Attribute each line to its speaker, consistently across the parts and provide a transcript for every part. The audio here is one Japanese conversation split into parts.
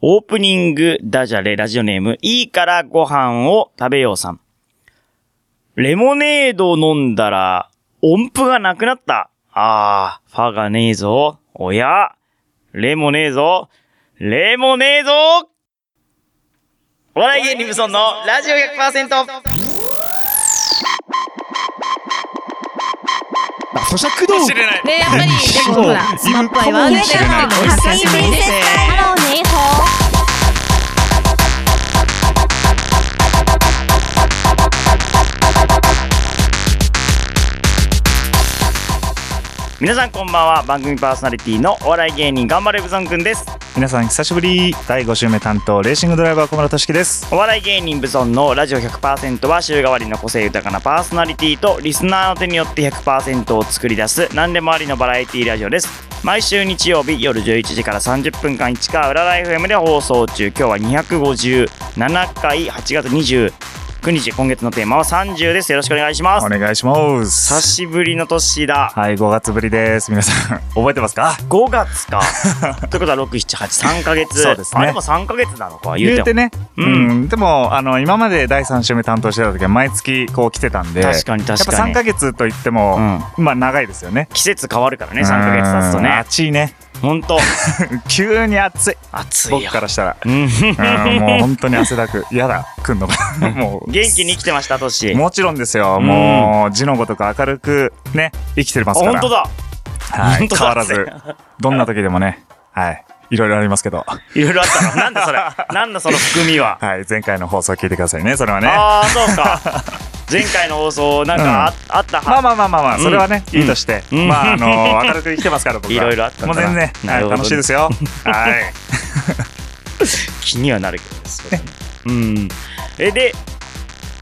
Speaker 1: オープニングダジャレラジオネーム、いいからご飯を食べようさん。レモネードを飲んだら、音符がなくなった。あー、ファがねえぞ。おやレモねえぞ。レモねえぞお笑い芸人ブソンのラジオ100%
Speaker 2: 咀嚼道具
Speaker 1: ない
Speaker 3: ねやっぱり、でもほら、スマップアイワールドキャンプの久しぶりですね。
Speaker 4: Hello，你好。
Speaker 1: 皆さんこんばんは。番組パーソナリティのお笑い芸人頑張れブソンくんです。
Speaker 2: 皆さん久しぶり第5週目担当レーシングドライバー小村俊樹です
Speaker 1: お笑い芸人ブソンのラジオ100%は週替わりの個性豊かなパーソナリティとリスナーの手によって100%を作り出す何でもありのバラエティラジオです毎週日曜日夜11時から30分間市川浦ラ FM で放送中今日は257回8月29日今月のテーマは30ですよろしくお願いしま
Speaker 2: お
Speaker 1: す
Speaker 2: 願いしま
Speaker 1: 久
Speaker 2: す
Speaker 1: しぶりの年だ
Speaker 2: はい5月ぶりです皆さん覚えてますか
Speaker 1: 5月か ということは6783ヶ月
Speaker 2: そうですね
Speaker 1: あれも3ヶ月なのか言
Speaker 2: 言
Speaker 1: う
Speaker 2: う
Speaker 1: て
Speaker 2: て
Speaker 1: も
Speaker 2: ね、
Speaker 1: う
Speaker 2: うんん、でもあの今まで第3週目担当してた時は毎月こう来てたんで
Speaker 1: 確かに確
Speaker 2: やっ
Speaker 1: か
Speaker 2: ぱ3
Speaker 1: に
Speaker 2: ヶ月といっても、
Speaker 1: うん
Speaker 2: まあ長いですよね
Speaker 1: 季節変わるからね3ヶ月経つと
Speaker 2: うん
Speaker 1: ね
Speaker 2: 暑いね
Speaker 1: 本当
Speaker 2: 急に暑い
Speaker 1: 暑い
Speaker 2: 僕
Speaker 1: よ。
Speaker 2: からしたら
Speaker 1: うん
Speaker 2: うんもう本当に汗だく 嫌だ来んのがもう
Speaker 1: 元気に生きてました、トシ。
Speaker 2: もちろんですよ、
Speaker 1: うん
Speaker 2: もう字のごとく明るくね生きてます
Speaker 1: あ
Speaker 2: から
Speaker 1: 本当だ。
Speaker 2: は
Speaker 1: 本
Speaker 2: い、
Speaker 1: 当だ
Speaker 2: 変わらず、どんな時でもね、はい、いろいろありますけど、
Speaker 1: いろいろあったの。なんだそれ。 なんだその含みは。
Speaker 2: はい、前回の放送聞いてくださいね、それはね。
Speaker 1: ああ、そうか。前回の放送、なんかああった
Speaker 2: まあ
Speaker 1: は。
Speaker 2: まあまあまあまあ、それはね、
Speaker 1: うん
Speaker 2: いいとして、
Speaker 1: うん
Speaker 2: まあ、あの明るく生きてますから、僕は。
Speaker 1: いろいろあったん
Speaker 2: も
Speaker 1: だ
Speaker 2: う
Speaker 1: な
Speaker 2: 全然、
Speaker 1: な
Speaker 2: は
Speaker 1: る
Speaker 2: い、
Speaker 1: ほどね
Speaker 2: 楽しいで すよ。はい。
Speaker 1: 気にはなるけどそうだね。うん。え、で、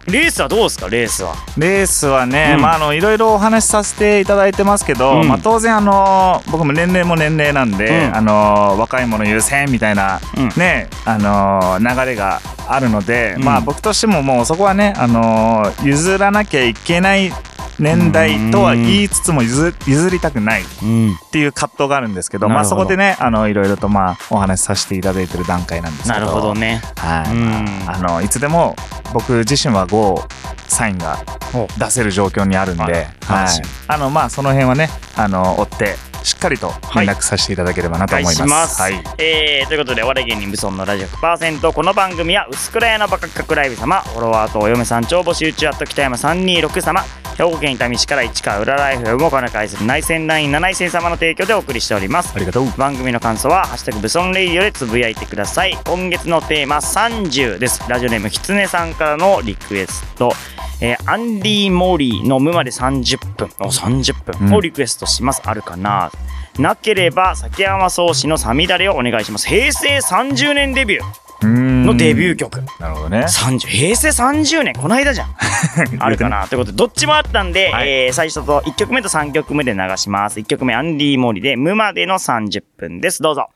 Speaker 1: レースはどうですか、レースは。
Speaker 2: レースはね、
Speaker 1: うん
Speaker 2: まあ、あの、いろいろお話しさせていただいてますけど、
Speaker 1: うん
Speaker 2: まあ、当然、あの、僕も年齢も年齢なんで、
Speaker 1: うん
Speaker 2: あの、若い者優先みたいな、
Speaker 1: うん
Speaker 2: ね、あの、流れがあるので、
Speaker 1: うん
Speaker 2: まあ、僕としてももうそこはね、あの、譲らなきゃいけない年代とは言いつつも譲譲りたくないっ
Speaker 1: うん。
Speaker 2: ていう葛藤があるんですけど、
Speaker 1: な
Speaker 2: ま
Speaker 1: る
Speaker 2: あ、
Speaker 1: ほど
Speaker 2: そこでね、あの、いろいろと、まあ、お話しさせていただいてる段階なんですけど。
Speaker 1: なるほどね。
Speaker 2: はい。
Speaker 1: うん。
Speaker 2: あのいつでも僕自身は5サインが出せる状況にあるんで、
Speaker 1: あ
Speaker 2: はい
Speaker 1: 楽しみ
Speaker 2: あのまあその辺はねあの追ってしっかりと連絡させていただければな
Speaker 1: お
Speaker 2: と
Speaker 1: 願
Speaker 2: 思
Speaker 1: い
Speaker 2: います。
Speaker 1: します。
Speaker 2: はい
Speaker 1: えーということで、お笑い芸人無尊のラジオ100%、この番組は、薄倉屋のバカッカライブ様、フォロワーとお嫁さん超募集中、あと北山326様、兵庫県伊丹市から市川裏ライフを動かな介する内戦ライン7一線様の提供でお送りしております
Speaker 2: あ。りがとう。
Speaker 1: 番組の感想は、ハッシュタグブソンレイディオでつぶやいてください。今月のテーマ30です。ラジオネームきつねさんからのリクエスト。えーアンディ・モーリーの無まで30分、お30分をリクエストします。あるかななければ、崎山宗氏のさみだれをお願いします。平成30年デビューの
Speaker 2: の
Speaker 1: デビュ
Speaker 2: ー
Speaker 1: ー曲。
Speaker 2: なるほどね。
Speaker 1: 30平成30年この間じゃ んあるかなということでどっちもあったんで、
Speaker 2: はい
Speaker 1: えー最初と1曲目と3曲目で流します1曲目アンディ・モーリで「無までの30分」ですどうぞ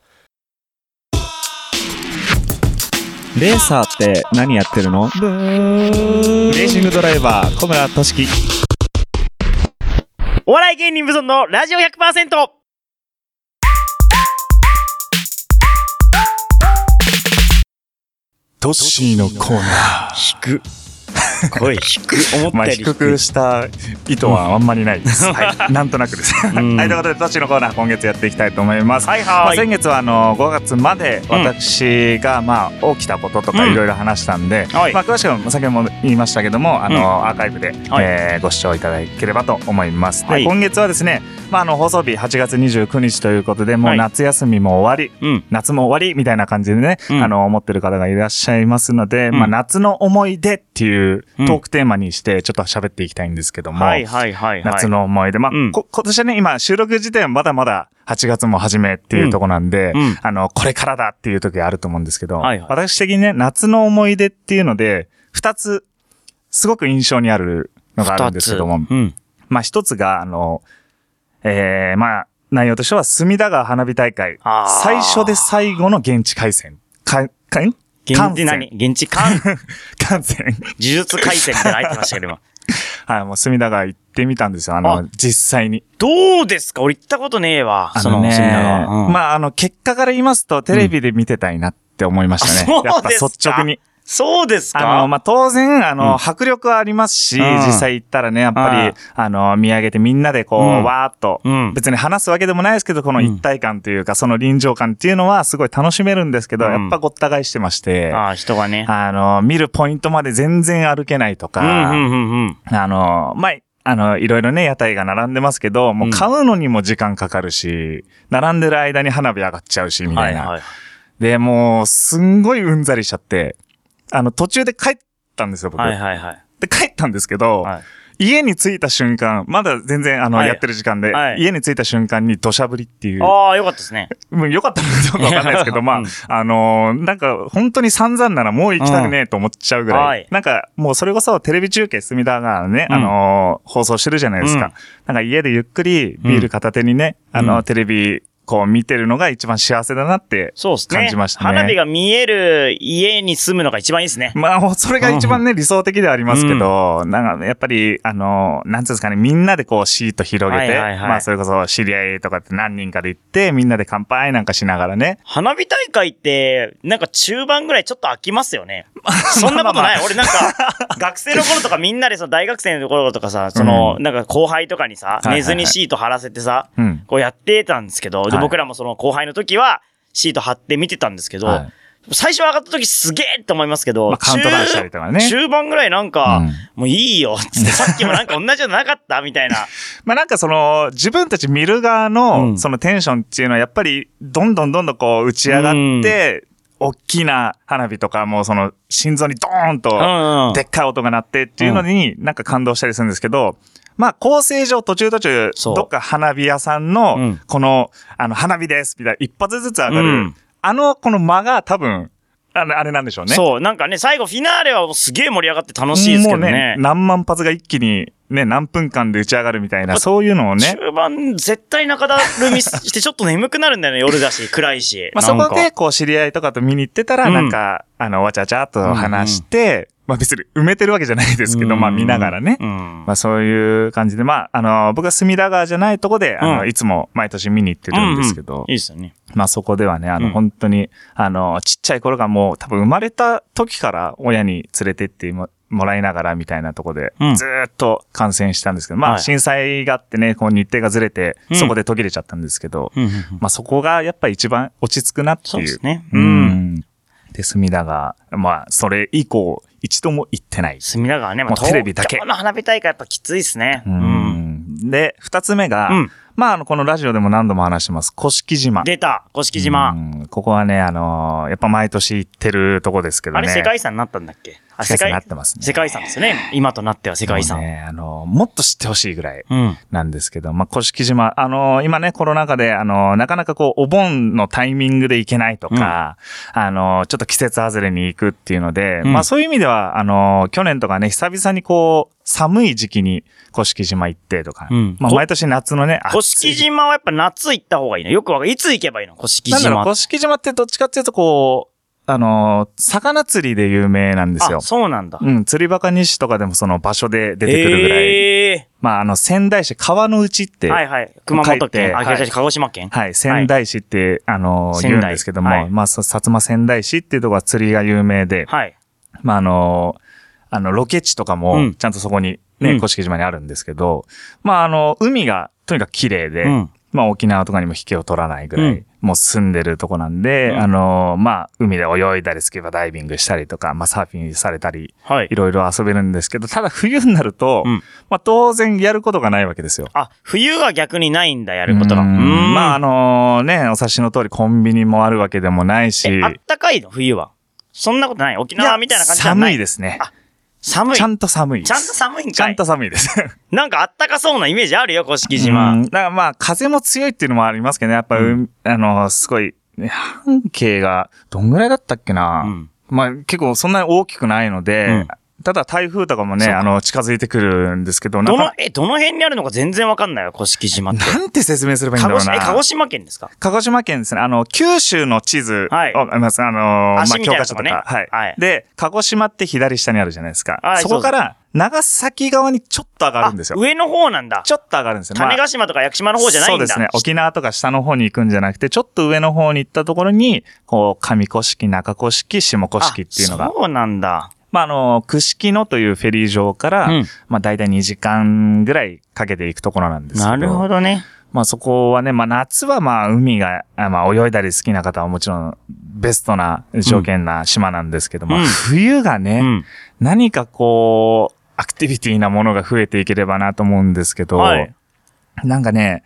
Speaker 2: レーサーって何やってるの？レーシングドライバー小村俊樹。
Speaker 1: お笑い芸人無尊のラジオ100%
Speaker 2: トッシーのコーナー。
Speaker 1: 低く声低く思っ
Speaker 2: まあ
Speaker 1: たより
Speaker 2: 低くした意図はあんまりないで す。はい、なんとなくです。
Speaker 1: ん
Speaker 2: はいということでトッシーのコーナー今月やっていきたいと思います。
Speaker 1: はい
Speaker 2: ま
Speaker 1: は
Speaker 2: あ、
Speaker 1: い、
Speaker 2: 先月はあの5月まで
Speaker 1: うん
Speaker 2: 私がまあ起きたこととか
Speaker 1: うん
Speaker 2: いろいろ話したんで、
Speaker 1: はい
Speaker 2: まあ、詳しくは先ほども言いましたけどもあ
Speaker 1: うん
Speaker 2: のアーカイブで、
Speaker 1: はい
Speaker 2: えーご視聴いただければと思います、
Speaker 1: はい
Speaker 2: で今月はですね、まあ、あの放送日8月29日ということでも
Speaker 1: は
Speaker 2: う
Speaker 1: い
Speaker 2: 夏休みも終わり、
Speaker 1: うん
Speaker 2: 夏も終わりみたいな感じでね、
Speaker 1: うん
Speaker 2: あの思ってる方がいらっしゃいますので、
Speaker 1: うん
Speaker 2: まあ、夏の思い出っていう
Speaker 1: うん
Speaker 2: トークテーマにしてちょっと喋っていきたいんですけども、
Speaker 1: はいはいはいはい
Speaker 2: 夏の思い出。まあ、
Speaker 1: うん
Speaker 2: こ今年はね、今、収録時点はまだまだ8月も初めっていうとこなんで、
Speaker 1: うん
Speaker 2: あの、これからだっていう時あると思うんですけど、
Speaker 1: はいはい
Speaker 2: 私的にね、夏の思い出っていうので、2つ、すごく印象にあるのがあるんですけども、
Speaker 1: 二つうん
Speaker 2: まあ、1つが、あの、えー、まあ、内容としては、隅田川花火大会
Speaker 1: あー、
Speaker 2: 最初で最後の現地開戦。か、かん
Speaker 1: 現地
Speaker 2: 観
Speaker 1: 何
Speaker 2: 戦。
Speaker 1: 現地 観呪
Speaker 2: 観戦。
Speaker 1: 術回戦みたいなの入ってましたけど今
Speaker 2: はい、もう隅田川行ってみたんですよ、あ
Speaker 1: あ
Speaker 2: の、実際に。
Speaker 1: どうですか俺行ったことねえわ
Speaker 2: あ
Speaker 1: その
Speaker 2: のね、
Speaker 1: 隅田川うん
Speaker 2: まあ、あの、結果から言いますと、テレビで見てたいなっって思いました
Speaker 1: あ
Speaker 2: ね。
Speaker 1: そうです
Speaker 2: やっ
Speaker 1: か
Speaker 2: ぱ率直に。
Speaker 1: そうです
Speaker 2: あの、
Speaker 1: か
Speaker 2: まあ、当然、あ
Speaker 1: う
Speaker 2: の、
Speaker 1: ん
Speaker 2: 迫力はありますし、
Speaker 1: うん
Speaker 2: 実際行ったらね、やっぱり、あの、見上げてみんなでこう、
Speaker 1: うん
Speaker 2: わーっと、
Speaker 1: うん
Speaker 2: 別に話すわけでもないですけど、この一体感というか、その臨場感っていうのはすごい楽しめるんですけど、
Speaker 1: うん
Speaker 2: やっぱごった返してまして、
Speaker 1: ああ、人がね。
Speaker 2: あの、見るポイントまで全然歩けないと
Speaker 1: うん、う
Speaker 2: か、
Speaker 1: ん、うん、うん。
Speaker 2: あの、まあ、あの、いろいろね、屋台が並んでますけど、もう買うのにも時間かかるし、並んでる間に花火上がっちゃうし、みたいな。
Speaker 1: はい。
Speaker 2: で、もう、すんごいうんざりしちゃって、あの、途中で帰ったんですよ、僕。
Speaker 1: はい、はい、はい。
Speaker 2: で、帰ったんですけど、
Speaker 1: はい
Speaker 2: 家に着いた瞬間、まだ全然、あの、
Speaker 1: はい
Speaker 2: やってる時間で、
Speaker 1: はい
Speaker 2: 家に着いた瞬間に土砂降りっていう、
Speaker 1: ああ、よかったですね。
Speaker 2: もうよかったのかどうかわかんないです けど、まあ、
Speaker 1: うん
Speaker 2: あのーなんか、本当に散々ならもう行きたくねえと思っちゃうぐらい、
Speaker 1: うんはい
Speaker 2: なんか、もうそれこそテレビ中継、隅田川のね、
Speaker 1: うん
Speaker 2: あのー放送してるじゃないですか。
Speaker 1: うん
Speaker 2: なんか家でゆっくりビール片手にね、
Speaker 1: うん
Speaker 2: あ
Speaker 1: う
Speaker 2: の
Speaker 1: ん
Speaker 2: テレビ、こう見てるのが一番幸せだなって
Speaker 1: そうですね。
Speaker 2: 感じましたね
Speaker 1: 花火が見える家に住むのが一番いいですね。
Speaker 2: まあ、それが一番ね、理想的ではありますけど、なんか、やっぱり、あの、なんつうんですかね、みんなでこう、シート広げて、
Speaker 1: はいはいはい
Speaker 2: まあ、それこそ知り合いとかって何人かで行って、みんなで乾杯なんかしながらね。
Speaker 1: 花火大会って、なんか中盤ぐらいちょっと飽きますよ ね。そんなことない。俺なんか、学生の頃とかみんなで さ、大学生の頃とかさ、その、
Speaker 2: う
Speaker 1: なんか後輩とかにさ、
Speaker 2: いはいは
Speaker 1: 寝
Speaker 2: い
Speaker 1: ずにシート張らせてさ、
Speaker 2: うん
Speaker 1: こうやってたんですけど、で、
Speaker 2: はい
Speaker 1: 僕らもその後輩の時は、シート張って見てたんですけど、
Speaker 2: はい
Speaker 1: 最初上がった時すげえって思いますけど、
Speaker 2: まあカウントダウンしたりとかね
Speaker 1: 中中盤ぐらいなんか、
Speaker 2: うん
Speaker 1: もういいよ、つ ってさっきもなんか同じじゃなかったみたいな。
Speaker 2: まあ、なんかその、自分たち見る側
Speaker 1: う
Speaker 2: の、
Speaker 1: ん
Speaker 2: そのテンションっていうのは、やっぱり、どんどんどんどんこう、打ち上がって、大きな花火とか、もうその、心臓にドーンと、
Speaker 1: うんうん
Speaker 2: でっかい音が鳴ってっていうのになんか感動したりするんですけど、まあ構成上途中途中、
Speaker 1: そう
Speaker 2: どっか花火屋さん
Speaker 1: う
Speaker 2: の
Speaker 1: ん、
Speaker 2: この、あの、花火ですみたいな一発ずつ上が
Speaker 1: う
Speaker 2: る
Speaker 1: ん、
Speaker 2: あの、この間が多分、あのあれなんでしょうね。
Speaker 1: そう、なんかね、最後フィナーレはすげえ盛り上がって楽しいですけ
Speaker 2: も
Speaker 1: ど
Speaker 2: うね、何万発が一気に、ね、何分間で打ち上がるみたいな、そういうのをね。
Speaker 1: 中盤、絶対中だるみしてちょっと眠くなるんだよ ね、夜だし、暗いし。
Speaker 2: まあ、
Speaker 1: な
Speaker 2: そ
Speaker 1: んか
Speaker 2: こで、こう、知り合いとかと見に行ってたら、
Speaker 1: うん
Speaker 2: なんか、あの、わちゃわちゃっと話して、まあ、別に埋めてるわけじゃないですけど、まあ、見ながらね。
Speaker 1: うん
Speaker 2: まあそういう感じで、まあ、あの、僕は隅田川じゃないとこで、あの、
Speaker 1: うん
Speaker 2: いつも毎年見に行ってるんですけ
Speaker 1: う
Speaker 2: ど
Speaker 1: うい、いですよね。
Speaker 2: まあそこではね、あの、
Speaker 1: うん
Speaker 2: 本当に、あの、ちっちゃい頃がもう多分生まれた時から親に連れてってももらいながらみたいなとこで
Speaker 1: うん、
Speaker 2: ずーっと観戦したんですけど、ま
Speaker 1: は
Speaker 2: あ
Speaker 1: い
Speaker 2: 震災があってね、こう日程がずれて
Speaker 1: う、ん
Speaker 2: そこで途切れちゃったんですけど、まあそこがやっぱ一番落ち着くなって
Speaker 1: そう
Speaker 2: い
Speaker 1: で
Speaker 2: う
Speaker 1: す。ね。
Speaker 2: う
Speaker 1: うん。
Speaker 2: ん。で、隅田川、まあそれ以降、一度も行ってない。
Speaker 1: 隅田川ね、まあ、
Speaker 2: もうテレビだけ
Speaker 1: 東京の花火大会やっぱきついですね。
Speaker 2: う
Speaker 1: うん。
Speaker 2: んで、二つ目が、
Speaker 1: うん
Speaker 2: まあ、あの、このラジオでも何度も話してます、古式島。
Speaker 1: 出た、甑島。
Speaker 2: うんここはね、あのーやっぱ毎年行ってるとこですけど
Speaker 1: あ
Speaker 2: ね。
Speaker 1: れ世界遺産になったんだっけあ
Speaker 2: 世界遺産になってますね
Speaker 1: 世界遺産ですよね。今となっては世界遺
Speaker 2: も
Speaker 1: 産。
Speaker 2: うね、あのーもっと知ってほしいぐらい
Speaker 1: うん。
Speaker 2: なんですけど、まあ、古式島、あのー今ね、コロナ禍で、あのーなかなかこう、お盆のタイミングで行けないとか、あのーちょっと季節外れに行くっていうので、
Speaker 1: うん
Speaker 2: まあ、そういう意味では、あのー去年とかね、久々にこう、寒い時期に古式島行ってとか、
Speaker 1: うん
Speaker 2: まあ、毎年夏のね、暑
Speaker 1: 甑
Speaker 2: い
Speaker 1: 島はやっぱ夏行った方がいいね。よくわかる。いつ行けばいいの甑
Speaker 2: なんだろ
Speaker 1: 島
Speaker 2: う、。甑島ってどっちかっていうとこう、あのー魚釣りで有名なんですよ
Speaker 1: あ、。そうなんだ。
Speaker 2: うん、釣りバカ日誌とかでもその場所で出てくるぐらい。
Speaker 1: ええ
Speaker 2: まあ、あの、仙台市川の内って、
Speaker 1: は
Speaker 2: はいい、
Speaker 1: はい。熊本
Speaker 2: 書いて
Speaker 1: 県、あ、
Speaker 2: はい
Speaker 1: 違う違う鹿児島県。
Speaker 2: 仙台市って、あのー
Speaker 1: 仙
Speaker 2: 言
Speaker 1: 台
Speaker 2: うんですけども、
Speaker 1: はい
Speaker 2: まあ、そ薩摩仙台市っていうところは釣りが有名で、
Speaker 1: はい。
Speaker 2: まあ、あのーあの、ロケ地とか
Speaker 1: う
Speaker 2: も
Speaker 1: ん、
Speaker 2: ちゃんとそこに、
Speaker 1: うん
Speaker 2: ね、甑島にあるんですけど、まあ、あの、海が、とにかく綺麗で、
Speaker 1: うん
Speaker 2: まあ、沖縄とかにも引けを取らないぐらい、
Speaker 1: うん
Speaker 2: もう住んでるとこなんで、
Speaker 1: うん
Speaker 2: あの、まあ、海で泳いだり、スキューバダイビングしたりとか、まあ、サーフィンされたり、
Speaker 1: はい
Speaker 2: い。ろいろ遊べるんですけど、ただ冬になると、
Speaker 1: うん
Speaker 2: まあ、当然やることがないわけですよ。
Speaker 1: あ、冬は逆にないんだ、やることが。
Speaker 2: うんまあ、あ
Speaker 1: あの、
Speaker 2: のね、お察しの通りコンビニもあるわけでもないし、
Speaker 1: えあったかいの、冬は。そんなことない。沖縄みたいな感じじゃな
Speaker 2: 寒
Speaker 1: い。
Speaker 2: いですね。
Speaker 1: あ寒い。
Speaker 2: ち
Speaker 1: ちゃ
Speaker 2: ゃ
Speaker 1: ん
Speaker 2: んと寒いです。
Speaker 1: と寒いん
Speaker 2: ち
Speaker 1: か
Speaker 2: ゃん
Speaker 1: い
Speaker 2: と。寒いです。
Speaker 1: なんかあったかそうなイメージあるよ、甑
Speaker 2: うん
Speaker 1: 島。
Speaker 2: だからまあ、風も強いっていうのもありますけどね、やっぱ、
Speaker 1: う
Speaker 2: うんあの、すごい、半径が、どんぐらいだったっけな、
Speaker 1: うん
Speaker 2: まあ、結構そんなに大きくないので、
Speaker 1: うん
Speaker 2: ただ台風とかもね、
Speaker 1: そうか
Speaker 2: あの、近づいてくるんですけど、な
Speaker 1: ど
Speaker 2: ん
Speaker 1: の
Speaker 2: か、
Speaker 1: え、どの辺にあるのか全然わかんないよ、甑島って。
Speaker 2: なんて説明すればいいん
Speaker 1: 鹿
Speaker 2: だろ
Speaker 1: 児
Speaker 2: う
Speaker 1: 島、
Speaker 2: な。
Speaker 1: え、鹿児島県ですか
Speaker 2: 鹿児島県ですね、あの、九州の地図を、
Speaker 1: はい
Speaker 2: あまああのーまあ、
Speaker 1: 足みた
Speaker 2: 教
Speaker 1: いな
Speaker 2: 科
Speaker 1: と
Speaker 2: 書
Speaker 1: ことね
Speaker 2: か、はい
Speaker 1: はい
Speaker 2: で、鹿児島って左下にあるじゃないですか。
Speaker 1: はい
Speaker 2: そこから、長崎側にちょっと上がるんですよ。
Speaker 1: 上の方なんだ。
Speaker 2: ちょっと上がるんですよ。まあ
Speaker 1: 種子島とか屋久島の方じゃないんだ。
Speaker 2: そうですね。沖縄とか下の方に行くんじゃなくて、ちょっと上の方に行ったところに、こう、上古式、中古式、下古式っていうの
Speaker 1: あ
Speaker 2: が、
Speaker 1: そうなんだ。
Speaker 2: まあ、あの、九式のというフェリー場から、
Speaker 1: うん
Speaker 2: まあ、大体2時間ぐらいかけて行くところなんですけど。
Speaker 1: なるほどね。
Speaker 2: まあ、そこはね、まあ、夏はまあ、海が、あまあ、泳いだり好きな方はもちろん、ベストな、条件な島なんですけども、
Speaker 1: うん
Speaker 2: 冬がね、
Speaker 1: うん。
Speaker 2: 何かこう、アクティビティなものが増えていければなと思うんですけど、
Speaker 1: はい
Speaker 2: なんかね、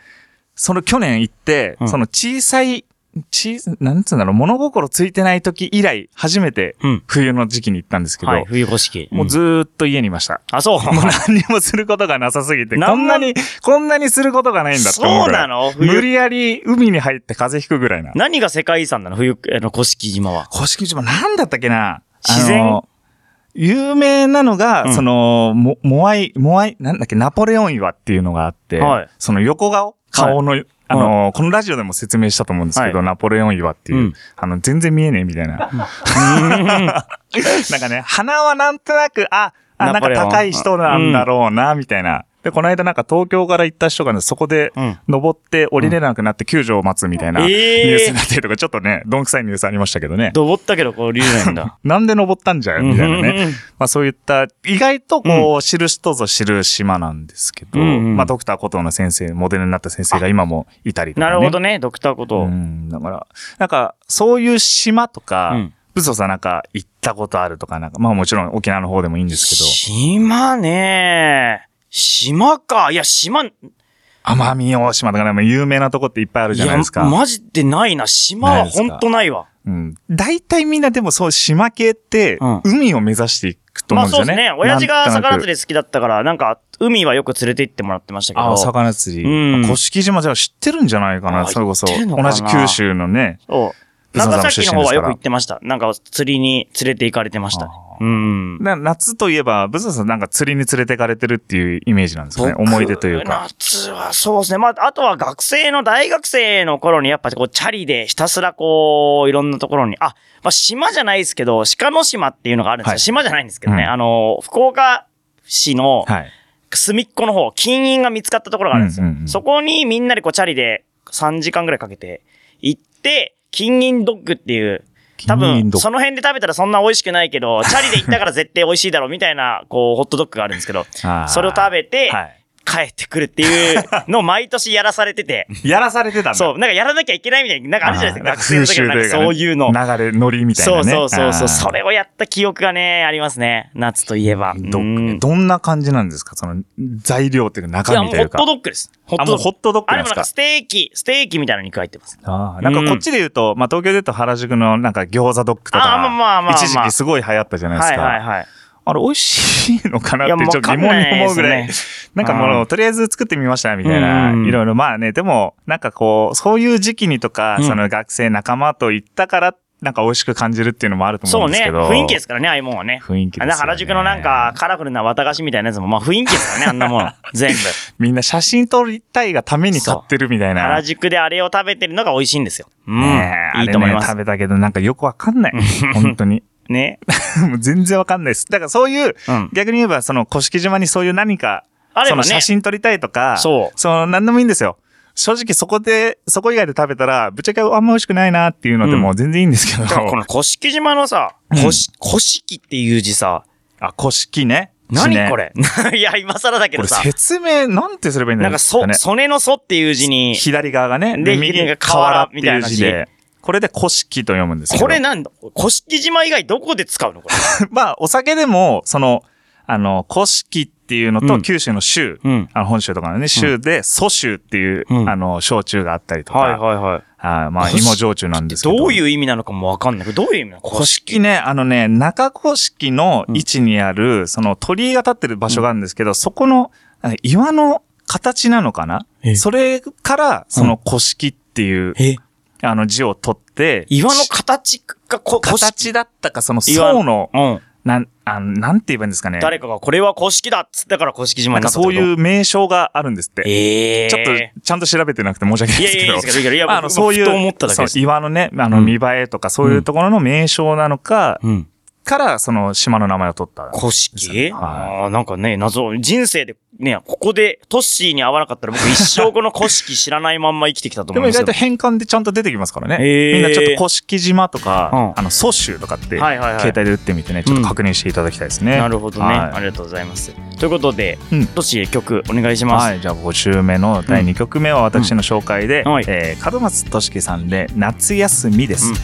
Speaker 2: その去年行って、
Speaker 1: うん
Speaker 2: その小さい、小さなんつうんだろう、物心ついてない時以来、初めて
Speaker 1: うん。
Speaker 2: 冬の時期に行ったんですけど、
Speaker 1: はい、冬五色。
Speaker 2: もうずーっと家にいました。
Speaker 1: あ、 そう。
Speaker 2: もう何にもすることがなさすぎて、
Speaker 1: なんも
Speaker 2: こんなに、こんなにすることがないんだって思
Speaker 1: そうう
Speaker 2: ぐら。
Speaker 1: ないの
Speaker 2: 無
Speaker 1: 冬。
Speaker 2: 理やり海に入って風邪ひくぐらいな。
Speaker 1: 何が世界遺産なの冬、あの、古式島は。
Speaker 2: 古式島なんだったっけな
Speaker 1: 自然
Speaker 2: あの有名なのが、
Speaker 1: うん
Speaker 2: その、モモアイ、モアイ、なんだっけ、ナポレオン岩っていうのがあって、
Speaker 1: はい
Speaker 2: その横顔顔の、あの、このラジオでも説明したと思うんですけど、
Speaker 1: は
Speaker 2: ナポレオン岩っていう、
Speaker 1: うん
Speaker 2: あの、全然見えねえみたいな。 なんかね、鼻はなんとなく、あ、あ、な
Speaker 1: ナ
Speaker 2: ん
Speaker 1: ポ
Speaker 2: か
Speaker 1: レオン
Speaker 2: 高い人なんだろうな、みたいな。で、この間なんか東京から行った人がね、そこで
Speaker 1: うん
Speaker 2: 登って降りれなくなって救助を待つみたいな
Speaker 1: うん
Speaker 2: ニュース
Speaker 1: えー
Speaker 2: になってるとか、ちょっとね、どんくさいニュースありましたけどね。
Speaker 1: どぼったけど、こう、流ないんだ。
Speaker 2: なんで登ったんじゃよ みたいなね。まあそういった、意外とこう、知る人ぞ知る島なんですけど、
Speaker 1: うんうん
Speaker 2: まあドクターコトーの先生、モデルになった先生が今もいたりとか、
Speaker 1: な
Speaker 2: ね。
Speaker 1: るほどね、ドクターこ
Speaker 2: う
Speaker 1: と。
Speaker 2: ん、だから、なんか、そういう島とか、
Speaker 1: うん
Speaker 2: ブソさんなんか行ったことあるとか、なんか、まあもちろん沖縄の方でもいいんですけど、
Speaker 1: 島ね島か。いや、島、い
Speaker 2: 奄美大島とかね、まあ有名なとこっていっぱいあるじゃない
Speaker 1: や
Speaker 2: です、か。
Speaker 1: マジでないな。島はほんとないわ。
Speaker 2: うん。大体みんなでもそう島系って
Speaker 1: うん、
Speaker 2: 海を目指していくと
Speaker 1: ま
Speaker 2: 思う
Speaker 1: あ
Speaker 2: んで
Speaker 1: そ
Speaker 2: す
Speaker 1: う
Speaker 2: よ
Speaker 1: で
Speaker 2: ね。
Speaker 1: すね。親父が
Speaker 2: なんとな
Speaker 1: 魚
Speaker 2: く
Speaker 1: 釣り好きだったから、なんか、海はよく連れて行ってもらってましたけど。
Speaker 2: ああ、魚釣り。
Speaker 1: うん
Speaker 2: 古式島じゃあ知ってるんじゃないか
Speaker 1: あ
Speaker 2: な、
Speaker 1: ー
Speaker 2: それこそ。
Speaker 1: 知ってんの
Speaker 2: 同
Speaker 1: かな
Speaker 2: じ九州のね。
Speaker 1: そう。
Speaker 2: 藤
Speaker 1: 長
Speaker 2: 沢さん
Speaker 1: 崎
Speaker 2: 出身
Speaker 1: の
Speaker 2: ですか
Speaker 1: 方
Speaker 2: ら
Speaker 1: はよく行ってました。なんか釣りに連れて行かれてましたね。うん。
Speaker 2: な夏といえば、ブザさんなんか釣りに連れてかれてるっていうイメージなんですかね。
Speaker 1: 僕
Speaker 2: 思い出というか。。
Speaker 1: 夏はそうですね。まあ、あとは学生の、大学生の頃にやっぱこう、チャリでひたすらこう、いろんなところに、あ、まあ、島じゃないですけど、鹿の島っていうのがあるんですよ。
Speaker 2: はい
Speaker 1: 島じゃないんですけどね。
Speaker 2: うん
Speaker 1: あの、福岡市の
Speaker 2: はい。
Speaker 1: 隅っこの方、金印が見つかったところがあるんですよ。
Speaker 2: うんうんうん
Speaker 1: そこにみんなでこう、チャリで3時間ぐらいかけて行って、金印ドッグっていう、多
Speaker 2: 金
Speaker 1: 分
Speaker 2: 銀、ドッグ
Speaker 1: その辺で食べたらそんな美味しくないけど、チャリで行ったから絶対美味しいだろうみたいな、こう、ホットドッグがあるんですけど、
Speaker 2: あー
Speaker 1: それを食べて、
Speaker 2: はい。
Speaker 1: 帰ってくるっていうのを毎年やらされて て、
Speaker 2: やらされてたんだ。
Speaker 1: そう、なんかやらなきゃいけないみたいな、なんかあるじゃないですか、学生の時のなんかそういうの。
Speaker 2: 流れ、ノリみたいな
Speaker 1: そ
Speaker 2: ね。
Speaker 1: うそうそうそう、
Speaker 2: あー
Speaker 1: それをやった記憶がね、ありますね。夏といえば。
Speaker 2: ど
Speaker 1: うん
Speaker 2: どんな感じなんですかその材料っていうか
Speaker 1: いや、
Speaker 2: 中
Speaker 1: も
Speaker 2: 身
Speaker 1: う
Speaker 2: と
Speaker 1: ホ
Speaker 2: い
Speaker 1: ッ
Speaker 2: うか。
Speaker 1: トドッグです。ホ
Speaker 2: あ、もうホットドッグ
Speaker 1: あ
Speaker 2: な
Speaker 1: れ
Speaker 2: ん
Speaker 1: もなん
Speaker 2: です
Speaker 1: か
Speaker 2: か
Speaker 1: ステーキ、ステーキみたいなのに書いてます。
Speaker 2: ああ、なんかこっちで言うと、まあ東京で言うと原宿のなんか餃子ドッグと
Speaker 1: あーまあまあまあま
Speaker 2: か
Speaker 1: あ、
Speaker 2: 一時期すごい流行ったじゃないです
Speaker 1: はい
Speaker 2: か。
Speaker 1: はいはい。
Speaker 2: あれ、美味しいのかなっ
Speaker 1: いや
Speaker 2: て、ちょっと疑問に思うぐら
Speaker 1: わかんない
Speaker 2: い
Speaker 1: で。
Speaker 2: なんかも
Speaker 1: うん
Speaker 2: う、とりあえず作ってみました、みたい
Speaker 1: うんうん
Speaker 2: な。いろいろ、まあね、でも、なんかこう、そういう時期にとか
Speaker 1: う、ん
Speaker 2: その学生仲間と行ったから、なんか美味しく感じるっていうのもあると思
Speaker 1: そううん
Speaker 2: です
Speaker 1: ね。
Speaker 2: けど。
Speaker 1: 雰囲気ですからね、ああいうもんはね。
Speaker 2: 雰囲気ですよね
Speaker 1: あ原宿のなんか、カラフルな綿菓子みたいなやつも、まあ雰囲気ですからね、あんなもの。全部。
Speaker 2: みんな写真撮りたいがために買ってるみたい な。
Speaker 1: 原宿であれを食べてるのが美味しいんですよ。うん。
Speaker 2: ねえ
Speaker 1: いいと思いま
Speaker 2: あれね
Speaker 1: す
Speaker 2: 食。べたけど、なんかよくわかんない。本当に。
Speaker 1: ね。
Speaker 2: もう全然わかんないです。だからそういう、
Speaker 1: うん
Speaker 2: 逆に言えば、その、古式島にそういう何か、
Speaker 1: あれ
Speaker 2: そ
Speaker 1: ばね
Speaker 2: の写真撮りたいとか、
Speaker 1: そう
Speaker 2: の、何でもいいんですよ。正直そこで、そこ以外で食べたら、ぶっちゃけあんま美味しくないなっていうので
Speaker 1: うん
Speaker 2: もう全然いいんですけど。
Speaker 1: だからこの古式島のさ、古式、古式っていう字さ、
Speaker 2: あ、古式ね。
Speaker 1: 何こ
Speaker 2: れ。
Speaker 1: れ いや、今更だけ
Speaker 2: こ
Speaker 1: ど
Speaker 2: れ
Speaker 1: さ、
Speaker 2: 説明、なんてすればいいん
Speaker 1: な
Speaker 2: だ
Speaker 1: ん
Speaker 2: ろ
Speaker 1: か、
Speaker 2: う
Speaker 1: そ、
Speaker 2: ね。
Speaker 1: そねのそっていう字に、
Speaker 2: 左側がね、
Speaker 1: で
Speaker 2: 右
Speaker 1: 左が
Speaker 2: が
Speaker 1: 河
Speaker 2: 河
Speaker 1: 原
Speaker 2: 原っていう字
Speaker 1: みたいな
Speaker 2: で、これで古式と読むんですけど。
Speaker 1: これなんだ古式島以外どこで使うのこれ。
Speaker 2: まあ、お酒でも、その、あの、古式っていうの
Speaker 1: う
Speaker 2: と、
Speaker 1: ん
Speaker 2: 九州の州、
Speaker 1: うん
Speaker 2: あの本州とかのね、州で、蘇州っていう、
Speaker 1: うん
Speaker 2: あの、焼酎があったりとか、
Speaker 1: はいはい。
Speaker 2: あーまあ、
Speaker 1: 古式
Speaker 2: 芋焼酎なんですけど。
Speaker 1: どういうう意味なのかもわかんないけど、どういう意味なの
Speaker 2: 古式ね、あのね、中古式の位置にある、その鳥居が立ってる場所があるんですけど、そこの、あ岩の形なのかな
Speaker 1: え
Speaker 2: それから、その古式っていう、
Speaker 1: え
Speaker 2: あの字を取って、
Speaker 1: 岩の形がこ古式
Speaker 2: 形だったか、その
Speaker 1: 岩
Speaker 2: 層の、
Speaker 1: うん。
Speaker 2: なん、あの、なんて言えばいいんですかね。
Speaker 1: 誰かがこれは古式だっつったから古式島
Speaker 2: なん
Speaker 1: にな
Speaker 2: か
Speaker 1: った。
Speaker 2: そういうう名称があるんですって。
Speaker 1: ええ
Speaker 2: ちょっと、ちゃんと調べてなくて申し訳ない
Speaker 1: い
Speaker 2: で
Speaker 1: や
Speaker 2: す
Speaker 1: いや
Speaker 2: け
Speaker 1: い
Speaker 2: ど。
Speaker 1: いですけど、いいけどいや、
Speaker 2: まあ、あ
Speaker 1: あ
Speaker 2: の、
Speaker 1: の、そ
Speaker 2: そう
Speaker 1: うい、
Speaker 2: いうう、
Speaker 1: ふと思っただけです
Speaker 2: そう岩のね、あ
Speaker 1: う
Speaker 2: の、
Speaker 1: ん
Speaker 2: 見栄えとか、そういうところの名称なのか、
Speaker 1: うん。
Speaker 2: から、その島の名前を取った。
Speaker 1: 古式、
Speaker 2: はい
Speaker 1: ああ、なんかね、謎、人生で、ね、ここでトッシーに会わなかったら 僕一生この古式知らないまんま生きてきたと
Speaker 2: で
Speaker 1: 思う
Speaker 2: も
Speaker 1: んで
Speaker 2: 意
Speaker 1: す
Speaker 2: 外
Speaker 1: よ。
Speaker 2: と変換でちゃんと出てきますからね。
Speaker 1: へー
Speaker 2: みんなちょっと古式島とか、
Speaker 1: うん
Speaker 2: あの、蘇州とかって、
Speaker 1: はいはいはい
Speaker 2: 携帯で打ってみてね、ちょっと確認していただきたいですね。
Speaker 1: なるほどね、
Speaker 2: はい
Speaker 1: ありがとうございます。ということで、
Speaker 2: うん
Speaker 1: トッシー曲お願いします。
Speaker 2: はい、じゃあ5週目の第2曲目は私の紹介で、
Speaker 1: うんはい
Speaker 2: えー門松俊樹さんで「夏休み」です、
Speaker 1: うん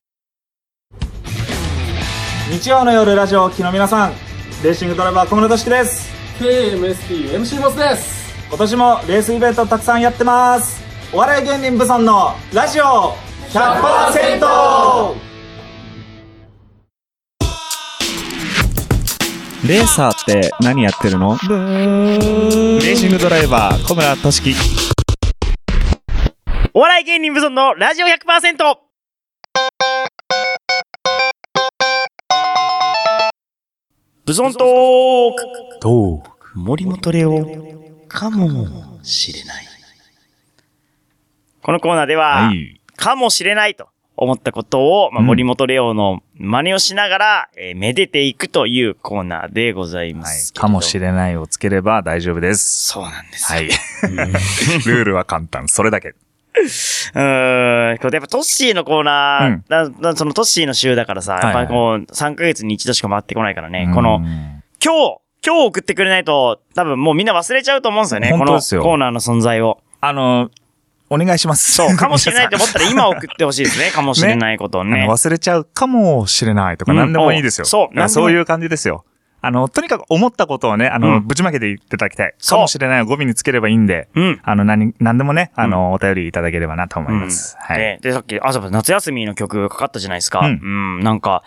Speaker 2: 日曜の夜ラジオをお聞きの皆さんレーシングドライバー小室俊樹です
Speaker 4: KMSPMC モスです
Speaker 2: 今年もレースイベントたくさんやってますお笑い芸人ブソンのラジオ 100%! レーサーって何やってるのレーシングドライバー小村俊樹
Speaker 1: お笑い芸人無存のラジオ 100%! ブゾントーク
Speaker 2: どう
Speaker 1: 森本レオかもしれない。このコーナーでは、
Speaker 2: はい
Speaker 1: かもしれないと思ったことを、まあ、
Speaker 2: うん
Speaker 1: 森本レオの真似をしながら、えーめでていくというコーナーでございま
Speaker 2: はい
Speaker 1: す。
Speaker 2: かもし
Speaker 1: ない。
Speaker 2: れないをつければ大丈夫です。
Speaker 1: そうなんですよ。
Speaker 2: はい。ルールは簡単。それだけ。
Speaker 1: うーん。これやっぱトッシーのコーナー、
Speaker 2: うん
Speaker 1: だだそのトッシーの週だからさ、
Speaker 2: いはい
Speaker 1: やっぱこう、3ヶ月に一度しか回ってこないからね、
Speaker 2: うん
Speaker 1: この、、今日、今日送ってくれないと、多分もうみんな忘れちゃうと思うんですよね、この
Speaker 2: 本当
Speaker 1: コ
Speaker 2: ですよ
Speaker 1: ーナーの存在を。
Speaker 2: あの、お願いします。
Speaker 1: そう、かもしれないと 思ったら今送
Speaker 2: っ
Speaker 1: ってほしいです ね、かもしれないことをね。
Speaker 2: 忘れちゃうかもしれないとか
Speaker 1: うん
Speaker 2: 何でもいいですよ。
Speaker 1: そう
Speaker 2: だから
Speaker 1: 何でも
Speaker 2: そういう感じですよ。あの、とにかく思ったことをね、あ
Speaker 1: う
Speaker 2: の、
Speaker 1: ん
Speaker 2: ぶちまけていただきたい。
Speaker 1: そ
Speaker 2: か
Speaker 1: う
Speaker 2: もしれないを語尾につければいいんで、
Speaker 1: うん。
Speaker 2: あの、何、何でもね、あの、お便りいただければなと思います。
Speaker 1: うん
Speaker 2: はい。
Speaker 1: で、でさっき、あ、そうだ夏休みの曲かかったじゃないですか。う
Speaker 2: うん
Speaker 1: ん、なんか、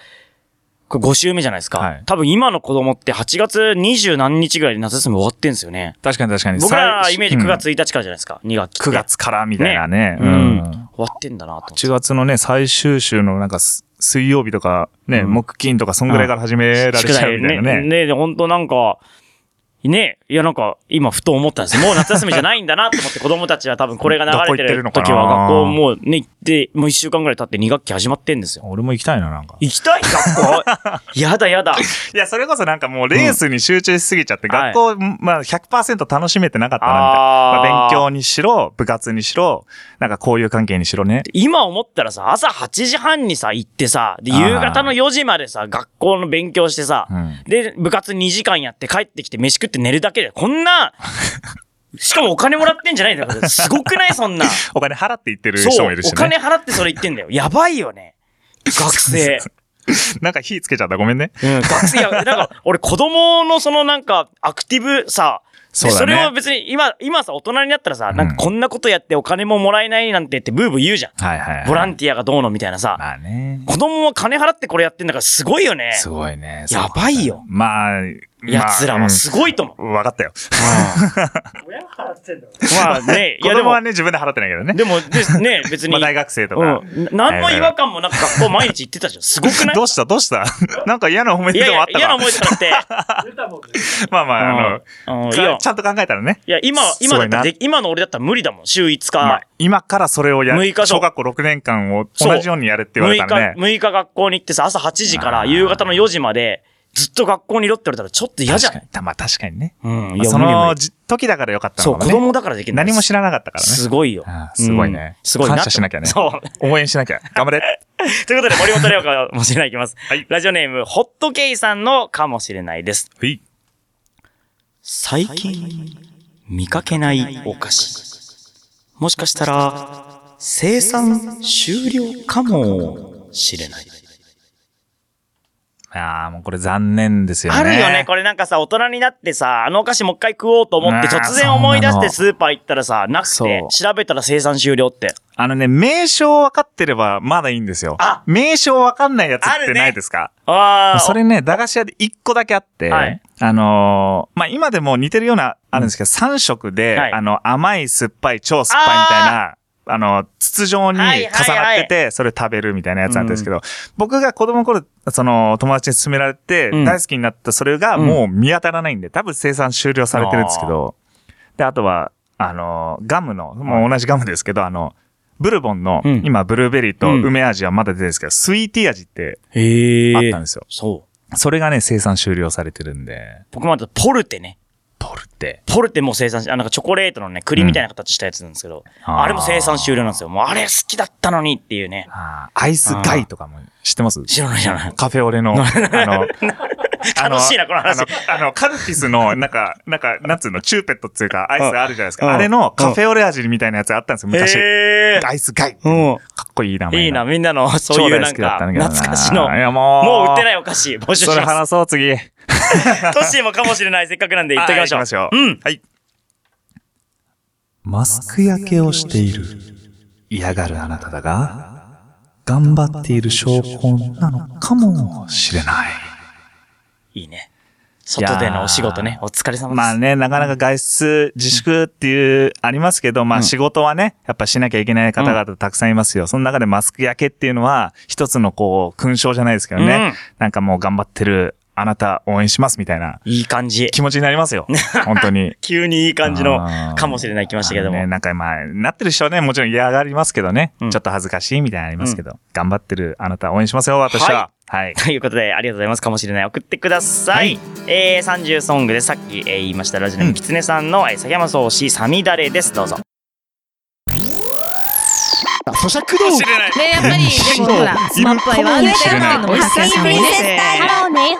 Speaker 1: これ5週目じゃないですか。
Speaker 2: はい
Speaker 1: 多分今の子供って8月20何日ぐらいで夏休み終わってんですよね。
Speaker 2: 確かに確かに。
Speaker 1: 僕らイメージ
Speaker 2: 最
Speaker 1: 9月1日からじゃないですか。2学期っ
Speaker 2: うん
Speaker 1: て。
Speaker 2: 9月からみたいなね。
Speaker 1: う。
Speaker 2: うんん
Speaker 1: 終。わってんだなと思って。
Speaker 2: 8月のね、最終週のなんかす水曜日とか、ね、
Speaker 1: うん
Speaker 2: 木金とか、そんぐらいから始められちゃうみたいな
Speaker 1: ね。
Speaker 2: ね。
Speaker 1: ねで、ほんとなんか、ねいやなんか、今ふと思ったんですもう夏休みじゃないんだなと思って子供たちは多分これが流れてる
Speaker 2: どこ行っ
Speaker 1: 時
Speaker 2: てるのか
Speaker 1: は
Speaker 2: な
Speaker 1: 学校もうね、行って、もう1週間ぐらい経って2学期始まってんですよ。
Speaker 2: 俺も行きたいな、なんか。
Speaker 1: 行きたい学 校やだやだ。
Speaker 2: いや、それこそなんかもうレースに集中しすぎちゃって、
Speaker 1: うん
Speaker 2: 学校、まあ100%楽しめてなかったな、みたい
Speaker 1: あー
Speaker 2: な。まあ、勉強にしろ、部活にしろ、なんか交友関係にしろね。
Speaker 1: 今思ったらさ、朝8時半にさ、行ってさ、で、
Speaker 2: あー
Speaker 1: 夕方の4時までさ、学校の勉強してさ、
Speaker 2: うん
Speaker 1: で、部活2時間やって帰ってきて飯食って寝るだけで、こん な、しかもお金もらってんじゃないんだよ。すごくないそんな。
Speaker 2: お金払って行ってる人
Speaker 1: そ
Speaker 2: も
Speaker 1: う
Speaker 2: いる、し
Speaker 1: お金
Speaker 2: ね。
Speaker 1: 払ってそれ言 ってんだよ。やばいよね。学生。
Speaker 2: なんか火つけちゃった。ごめんね。
Speaker 1: うん、学生、いや、なんか、俺子供のそのなんか、アクティブさ、
Speaker 2: そうだね
Speaker 1: でれを別に今、今さ、大人になったらさ、なんかこんなことやってお金ももらえないなんてってブーブー言うじゃん。
Speaker 2: はいはいはい。
Speaker 1: ボランティアがどうのみたいなさ、
Speaker 2: まあね。
Speaker 1: 子供は金払ってこれやってんだからすごいよね。
Speaker 2: すごいね。
Speaker 1: やばいよ。
Speaker 2: まあ、
Speaker 1: 奴らはすごいと思う。
Speaker 2: まあうんわかったよ。
Speaker 1: まあね、い
Speaker 2: 子
Speaker 1: やで
Speaker 2: 供
Speaker 1: も
Speaker 2: は、ね、自分で払ってないけどね。
Speaker 1: でもですね、別に。
Speaker 2: まあ大学生と
Speaker 1: う
Speaker 2: か。
Speaker 1: ん。な何の違和感もなく学校毎日行ってたじゃん。すごくない
Speaker 2: どうしたどうした なんか嫌な思い
Speaker 1: い
Speaker 2: 出
Speaker 1: やい
Speaker 2: でもあ
Speaker 1: や
Speaker 2: っ、たか
Speaker 1: 嫌な思い出じゃなく て。
Speaker 2: まあまあ、あの、
Speaker 1: うんうんいや
Speaker 2: かちゃんと考えたらね。
Speaker 1: いや、今、今だったら
Speaker 2: すご
Speaker 1: で、今の俺だったら無理だもん。週5
Speaker 2: まあ
Speaker 1: 日、、
Speaker 2: 今からそれをや
Speaker 1: 六日そう
Speaker 2: 小学校6年間を
Speaker 1: そう
Speaker 2: 同じようにやれって言わ
Speaker 1: 6
Speaker 2: れ
Speaker 1: 日、
Speaker 2: たらね。
Speaker 1: 6日学校に行ってさ、朝8時から
Speaker 2: あー
Speaker 1: 夕方の4時まで、ずっと学校にいろって言われたらちょっと嫌じゃない
Speaker 2: 確かにまあ確かにね。
Speaker 1: うん。い
Speaker 2: まあ
Speaker 1: や、
Speaker 2: そ
Speaker 1: 無理無
Speaker 2: の
Speaker 1: 理
Speaker 2: じ時だからよかった
Speaker 1: そ
Speaker 2: の
Speaker 1: う、
Speaker 2: か
Speaker 1: 子
Speaker 2: もね。
Speaker 1: 供だからできない。
Speaker 2: 何も知らなかったからね。
Speaker 1: すごいよ
Speaker 2: あ。ーすごいね
Speaker 1: うんすごいな
Speaker 2: 感謝しなきゃね
Speaker 1: そう。
Speaker 2: 応援しなきゃ。頑張れ。
Speaker 1: ということで、森本レオかもしれないいきます。
Speaker 2: はい
Speaker 1: ラジオネーム、ホットケイさんのかもしれないです。
Speaker 2: はい。
Speaker 1: 最近、見かけないお菓子。もしかしたら、生産終了かもしれない。
Speaker 2: ああ、もうこれ残念ですよね。
Speaker 1: あるよね、これなんかさ、大人になってさ、あのお菓子もう一回食おうと思って、
Speaker 2: ねえ
Speaker 1: 突然思い出し
Speaker 2: そうな
Speaker 1: て
Speaker 2: の
Speaker 1: スーパー行ったらさ、なくて
Speaker 2: そ、う
Speaker 1: 調べたら生産終了って。
Speaker 2: あのね、名称分かってればまだいいんですよ。
Speaker 1: あ
Speaker 2: 名称分かんないやつ
Speaker 1: あ
Speaker 2: っ
Speaker 1: る
Speaker 2: て
Speaker 1: ね
Speaker 2: ないですか
Speaker 1: ああ、
Speaker 2: それね、駄菓子屋で1個だけあって、
Speaker 1: はい
Speaker 2: あのーまあ、今でも似てるような、あるんですけど、3色で、
Speaker 1: はい
Speaker 2: あの、甘い、酸っぱい、超酸っぱいみたいな、あの、筒状に重なってて、
Speaker 1: はいはい
Speaker 2: それを食べるみたいなやつなんですけど、僕が子供の頃、その、友達に勧められて、
Speaker 1: うん
Speaker 2: 大好きになった、それがもう見当たらないんで、多分生産終了されてるんですけど、で、あとは、あのーガムの、もう同じガムですけど、あの、ブルボンの、
Speaker 1: うん
Speaker 2: 今、ブルーベリーと梅味はまだ出てるんですけど、スイーティー味って
Speaker 1: へ
Speaker 2: あったんですよ。
Speaker 1: そ
Speaker 2: それがね、生産終了されてるんで、
Speaker 1: 僕もあと、ポルテね。
Speaker 2: ポルテ。
Speaker 1: ポルテも生産し、あ、なんかチョコレートのね、栗みたいな形したやつなんですけど、
Speaker 2: うんあー
Speaker 1: あれも生産終了なんですよ。もうあれ好きだったのにっていうね。
Speaker 2: あーアイスガイとかも知ってます
Speaker 1: 知らない知ら ない
Speaker 2: カフェオレの、あの、あ
Speaker 1: 楽しいなこの話
Speaker 2: あの、あのカルピスの、なんか、なんか、なんつうの、チューペットっていうか、アイスあるじゃないです
Speaker 1: うん
Speaker 2: か。あれのカフェオレ味みたいなやつあったんですよ、昔。
Speaker 1: え
Speaker 2: アイスガイ。
Speaker 1: ー、うん。
Speaker 2: かっこいい名前。
Speaker 1: いいな、みんなの、そういうなんか、懐かしの。
Speaker 2: いやもう。。
Speaker 1: もう売ってないいお菓子、募集し
Speaker 2: それ
Speaker 1: ま
Speaker 2: 話そう、次。行っ
Speaker 1: す。トッシーもかもしれない、せっかくなんで言っときましょう。うん。
Speaker 2: はい。マスク焼けをしている。嫌がるあなただが、頑張っている証拠なのかもしれない。
Speaker 1: いいね。外でのお仕事
Speaker 2: い
Speaker 1: ね
Speaker 2: や、ー
Speaker 1: お疲れ様です。
Speaker 2: まあね、なかなか外出自粛っていう、ありますけど、まあ仕事はね、やっぱしなきゃいけない方々たくさんいますよ。その中でマスク焼けっていうのは、一つのこう、勲章じゃないですけどね。なんかもう頑張ってるあなた応援しますみたいない
Speaker 1: い感じ。
Speaker 2: 気持ちになります よ。本当に。
Speaker 1: 急にいい感じ
Speaker 2: あ
Speaker 1: の、
Speaker 2: ー
Speaker 1: かもしれない来ましたけど
Speaker 2: あの
Speaker 1: も
Speaker 2: ね、。なんかまあ、なってる人はね、もちろん嫌がりますけどね。
Speaker 1: うん
Speaker 2: ちょっと恥ずかしいみたいなのありますけど、頑張ってるあなた応援しますよ、私は。はい。
Speaker 1: ということで、ありがとうございます。かもしれない。送ってください。えー、30ソングでさっき、えー言いました、ラジオネームきつねさんの、えー、崎山壮志、サミダレです。どうぞ。
Speaker 5: 咀嚼道
Speaker 3: ね、やっぱり、でもほら、スマップアイはあるんだよっていうのも発信
Speaker 6: プリンセス
Speaker 3: で。
Speaker 6: タイハローネイホー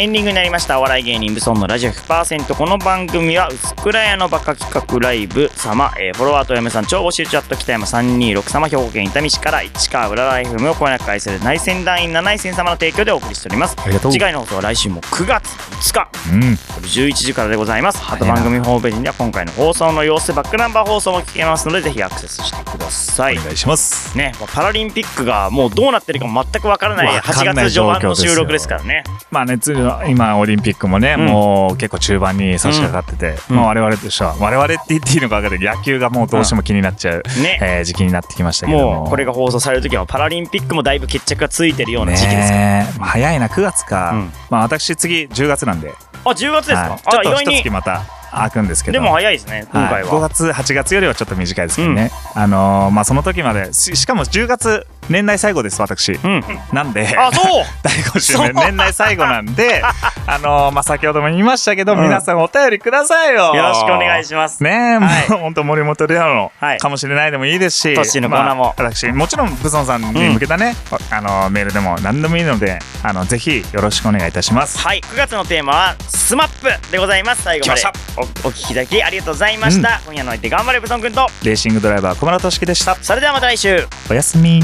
Speaker 1: エンディングになりました。お笑い芸人、ブソンのラジオ100%。この番組は、薄倉屋のバカ企画ライブ様、えーフォロワーと嫁さん、超募集チャット、北山326様、兵庫県伊丹市から、市川浦ライフムをこよなく愛する内戦団員7位戦様の提供でお送りしております。
Speaker 2: ありがとう
Speaker 1: 次回の放送は来週も9月5日、
Speaker 2: うん。
Speaker 1: 11時からでございます。あと
Speaker 2: 早いな
Speaker 1: 番組ホームページには今回の放送の様子、バックナンバー放送も聞けますので、ぜひアクセスしてください
Speaker 2: お。願いします。
Speaker 1: ね、もうパラリンピックがもうどうなってるかも全くわからない
Speaker 2: わか
Speaker 1: 8
Speaker 2: んない
Speaker 1: 月序盤
Speaker 2: 状
Speaker 1: の
Speaker 2: 況ですよ
Speaker 1: 収録ですからね。
Speaker 2: まあね、つい今、オリンピックもね、
Speaker 1: うん
Speaker 2: もう結構中盤に差し掛かってて、
Speaker 1: うん
Speaker 2: まあ我々としては、我々って言っていいのか分かるけど野球がもうどうしても気になっちゃう、
Speaker 1: ね
Speaker 2: えー時期になってきましたけども。
Speaker 1: もうこれが放送される時はパラリンピックもだいぶ決着がついてるような
Speaker 2: ね
Speaker 1: 時期ですから、
Speaker 2: まあ早いな、9月か。
Speaker 1: うん
Speaker 2: まあ私、次、10月なんで。
Speaker 1: あ10月ですか、
Speaker 2: はいち
Speaker 1: あ
Speaker 2: ょっ
Speaker 1: 意
Speaker 2: と
Speaker 1: 外
Speaker 2: 一月
Speaker 1: に
Speaker 2: また開くんですけど。
Speaker 1: でも早いですね今回は、
Speaker 2: 5月8月よりはちょっと短いですけどね、あのーまあその時までししかも10月年内最後です私、
Speaker 1: うん
Speaker 2: なんで
Speaker 1: あそう
Speaker 2: 第5週
Speaker 1: そう
Speaker 2: 目年内最後なん であのーまあ先ほども言いましたけど、
Speaker 1: うん
Speaker 2: 皆さんお便りくださいよ
Speaker 1: よろしくお願いします
Speaker 2: ね
Speaker 1: は
Speaker 2: え、
Speaker 1: い
Speaker 2: もう本当森本レオの
Speaker 1: はい
Speaker 2: かもしれないでもいいですし、
Speaker 1: トッシーのコーナーも
Speaker 2: まあ私もちろんブソンさんに向けたね、あのーメールでも何でもいいのであのぜひよろしくお願いいたします
Speaker 1: はい9月のテーマはスマップでございます最後まで
Speaker 2: 来ま
Speaker 1: おお聞きいただきありがとうございました、今夜の相手頑張れブソン君と
Speaker 2: レーシングドライバー小村俊樹でした
Speaker 1: それではまた来週
Speaker 2: おやすみ